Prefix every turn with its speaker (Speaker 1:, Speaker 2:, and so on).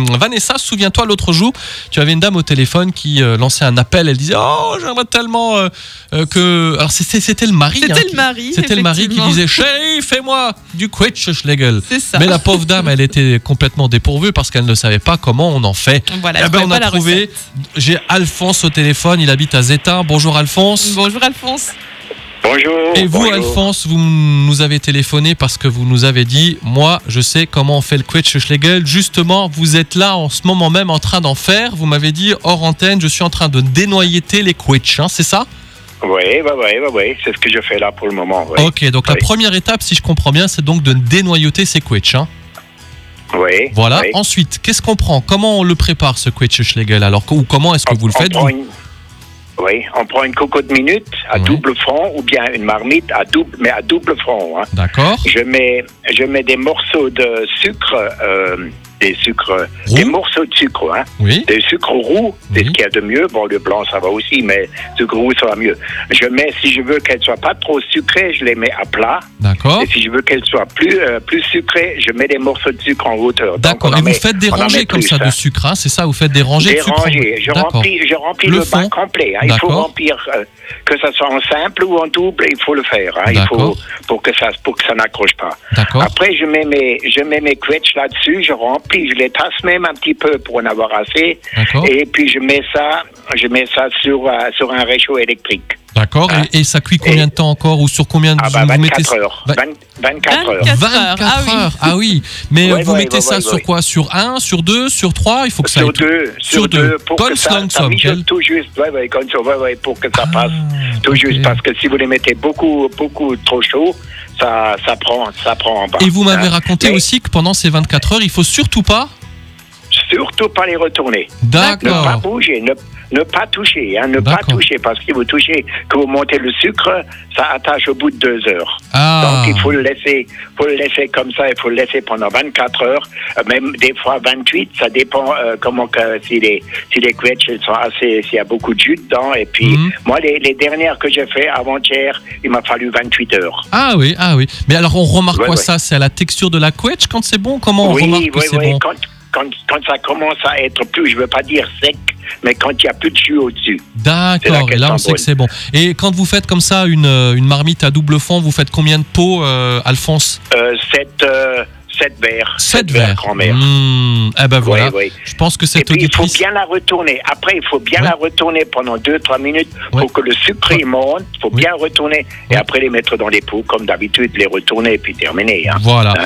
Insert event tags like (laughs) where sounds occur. Speaker 1: Hum, Vanessa, souviens-toi l'autre jour, tu avais une dame au téléphone qui euh, lançait un appel. Elle disait Oh, j'aimerais tellement euh, euh, que. Alors, c'était c'était le mari. hein,
Speaker 2: C'était
Speaker 1: qui-
Speaker 2: le mari.
Speaker 1: C'était le mari qui
Speaker 2: effectivement.
Speaker 1: disait Chérie, fais-moi du Quetschschlegel.
Speaker 2: C'est ça.
Speaker 1: Mais la pauvre dame, elle était complètement dépourvue parce qu'elle ne savait pas comment on en fait.
Speaker 2: Voilà,
Speaker 1: Eh
Speaker 2: je
Speaker 1: ben,
Speaker 2: trouvais
Speaker 1: on
Speaker 2: Bah, pas
Speaker 1: a
Speaker 2: la
Speaker 1: trouvé.
Speaker 2: recette.
Speaker 1: J'ai Alphonse au téléphone, il habite à Zétin. Bonjour Alphonse.
Speaker 2: Bonjour Alphonse.
Speaker 3: Bonjour.
Speaker 1: Et vous,
Speaker 3: bonjour.
Speaker 1: Alphonse, vous nous avez téléphoné parce que vous nous avez dit Moi, je sais comment on fait le Quetschschlegel. Justement, vous êtes là en ce moment même en train d'en faire. Vous m'avez dit hors antenne, je suis en train de dénoyauter les Quetsch, hein, c'est ça
Speaker 3: Oui, bah, oui, bah, oui, c'est ce que je fais là pour le moment. Oui,
Speaker 1: Ok, donc la
Speaker 3: Oui.
Speaker 1: première étape, si je comprends bien, c'est donc de dénoyauter ces Quetsch. hein.
Speaker 3: oui.
Speaker 1: Voilà.
Speaker 3: oui.
Speaker 1: Ensuite, qu'est-ce qu'on prend Comment on le prépare, ce Quetschschlegel Alors, ou comment est-ce que vous le
Speaker 3: On
Speaker 1: faites
Speaker 3: prend
Speaker 1: vous
Speaker 3: une- Oui, on prend une cocotte minute à
Speaker 1: Ouais.
Speaker 3: double front ou bien une marmite à double, mais à double front. hein.
Speaker 1: D'accord.
Speaker 3: Je mets, je mets des morceaux de sucre, euh, des sucres, des
Speaker 1: Roux Mhm.
Speaker 3: morceaux de sucre, hein,
Speaker 1: Oui.
Speaker 3: des sucres roux, c'est
Speaker 1: Oui.
Speaker 3: ce qu'il y a de mieux. Bon, le blanc ça va aussi, mais sucre roux ça va mieux. Je mets, si je veux qu'elle soit pas trop sucrée, je les mets à plat.
Speaker 1: D'accord.
Speaker 3: Et si je veux qu'elle soit plus, euh, plus sucrée, je mets des morceaux de sucre en hauteur. (laughs) Donc, on
Speaker 1: D'accord.
Speaker 3: en
Speaker 1: Et vous
Speaker 3: met-
Speaker 1: faites des
Speaker 3: on en met
Speaker 1: rangées comme
Speaker 3: plus,
Speaker 1: ça de
Speaker 3: hein.
Speaker 1: sucre, hein, c'est ça Vous faites des rangées de
Speaker 3: Des
Speaker 1: sucre en-
Speaker 3: rangées. Je
Speaker 1: D'accord.
Speaker 3: remplis, je remplis
Speaker 1: Le
Speaker 3: le, bac
Speaker 1: fond.
Speaker 3: complet. hein. Il faut
Speaker 1: D'accord.
Speaker 3: remplir, euh, que ça soit en simple ou en double, il faut le faire. hein. Il
Speaker 1: D'accord.
Speaker 3: faut pour que ça, pour que ça n'accroche pas.
Speaker 1: D'accord.
Speaker 3: Après, je mets mes, je mets mes quetchs là-dessus, je remplis, je les tasse même un petit peu pour en avoir assez.
Speaker 1: D'accord.
Speaker 3: Et puis je mets ça, je mets ça sur euh, sur un réchaud électrique.
Speaker 1: D'accord.
Speaker 3: Ah.
Speaker 1: Et, et ça cuit combien de temps encore Ou sur combien de
Speaker 3: Ah bah
Speaker 1: vous
Speaker 3: 24 heures.
Speaker 1: Va-
Speaker 3: 20 24 heures.
Speaker 2: 24
Speaker 1: 24
Speaker 2: heures. Ah oui.
Speaker 1: heures. Ah oui. Mais
Speaker 3: Ouais,
Speaker 1: vous
Speaker 3: ouais,
Speaker 1: mettez
Speaker 3: ouais,
Speaker 1: ça
Speaker 3: ouais,
Speaker 1: sur
Speaker 3: ouais.
Speaker 1: quoi Sur 1, sur 2, sur 3 Il faut que ça
Speaker 3: Sur
Speaker 1: aille tout-
Speaker 3: deux,
Speaker 1: Sur
Speaker 3: sur
Speaker 1: deux.
Speaker 3: deux, pour
Speaker 1: Comme
Speaker 3: que ça,
Speaker 1: Slank
Speaker 3: ça mijote
Speaker 1: Samkel.
Speaker 3: tout juste, ouais, ouais, comme ça, ouais, ouais, pour que ça passe.
Speaker 1: Ah,
Speaker 3: Tout
Speaker 1: ok.
Speaker 3: juste parce que si vous les mettez beaucoup, beaucoup trop chaud, ça, ça prend, ça prend en bas.
Speaker 1: Et vous m'avez
Speaker 3: Hein.
Speaker 1: raconté
Speaker 3: Mais
Speaker 1: aussi que pendant ces 24 heures, il faut surtout pas.
Speaker 3: Surtout pas les retourner. Ne pas
Speaker 1: D'accord.
Speaker 3: bouger, ne, ne pas toucher, hein, ne pas
Speaker 1: D'accord.
Speaker 3: toucher parce que vous touchez, que vous montez le sucre, ça attache au bout de deux heures.
Speaker 1: Ah.
Speaker 3: Donc il faut le laisser, faut le laisser comme ça, il faut le laisser pendant 24 heures, euh, même des fois 28, ça dépend euh, comment que- si les si les quetchs elles sont assez, s'il y a beaucoup de jus dedans. Et puis
Speaker 1: Mhm.
Speaker 3: moi les, les dernières que j'ai fait avant-hier, il m'a fallu 28 heures.
Speaker 1: Ah oui, ah oui. Mais alors on remarque
Speaker 3: Ouais,
Speaker 1: quoi
Speaker 3: ouais.
Speaker 1: ça C'est à la texture de la couette quand c'est bon Comment Oh, on
Speaker 3: oui,
Speaker 1: remarque
Speaker 3: oui,
Speaker 1: que c'est
Speaker 3: oui.
Speaker 1: bon
Speaker 3: Quand, quand, quand ça commence à être plus, je veux pas dire sec, mais quand il y a plus de jus au-dessus. C'est la
Speaker 1: D'accord, et là on
Speaker 3: question
Speaker 1: sait que c'est bon. Et quand vous faites comme ça une, euh, une marmite à double fond, vous faites combien de pots, euh, Alphonse
Speaker 3: Euh, 7 euh, sept verres.
Speaker 1: Sept
Speaker 3: Sept verres, grand-mère.
Speaker 1: Mmh, eh ben
Speaker 3: Oui,
Speaker 1: voilà,
Speaker 3: oui.
Speaker 1: je pense que
Speaker 3: Et
Speaker 1: cette
Speaker 3: puis, il faut
Speaker 1: auditrice...
Speaker 3: bien la retourner. Après, il faut bien
Speaker 1: Ouais.
Speaker 3: la retourner pendant 2-3 minutes
Speaker 1: Ouais.
Speaker 3: pour que le sucre il monte. Il faut
Speaker 1: Oui.
Speaker 3: bien retourner.
Speaker 1: Ouais.
Speaker 3: Et après, les mettre dans les pots, comme d'habitude, les retourner et puis terminer. hein.
Speaker 1: Voilà.
Speaker 3: Hein.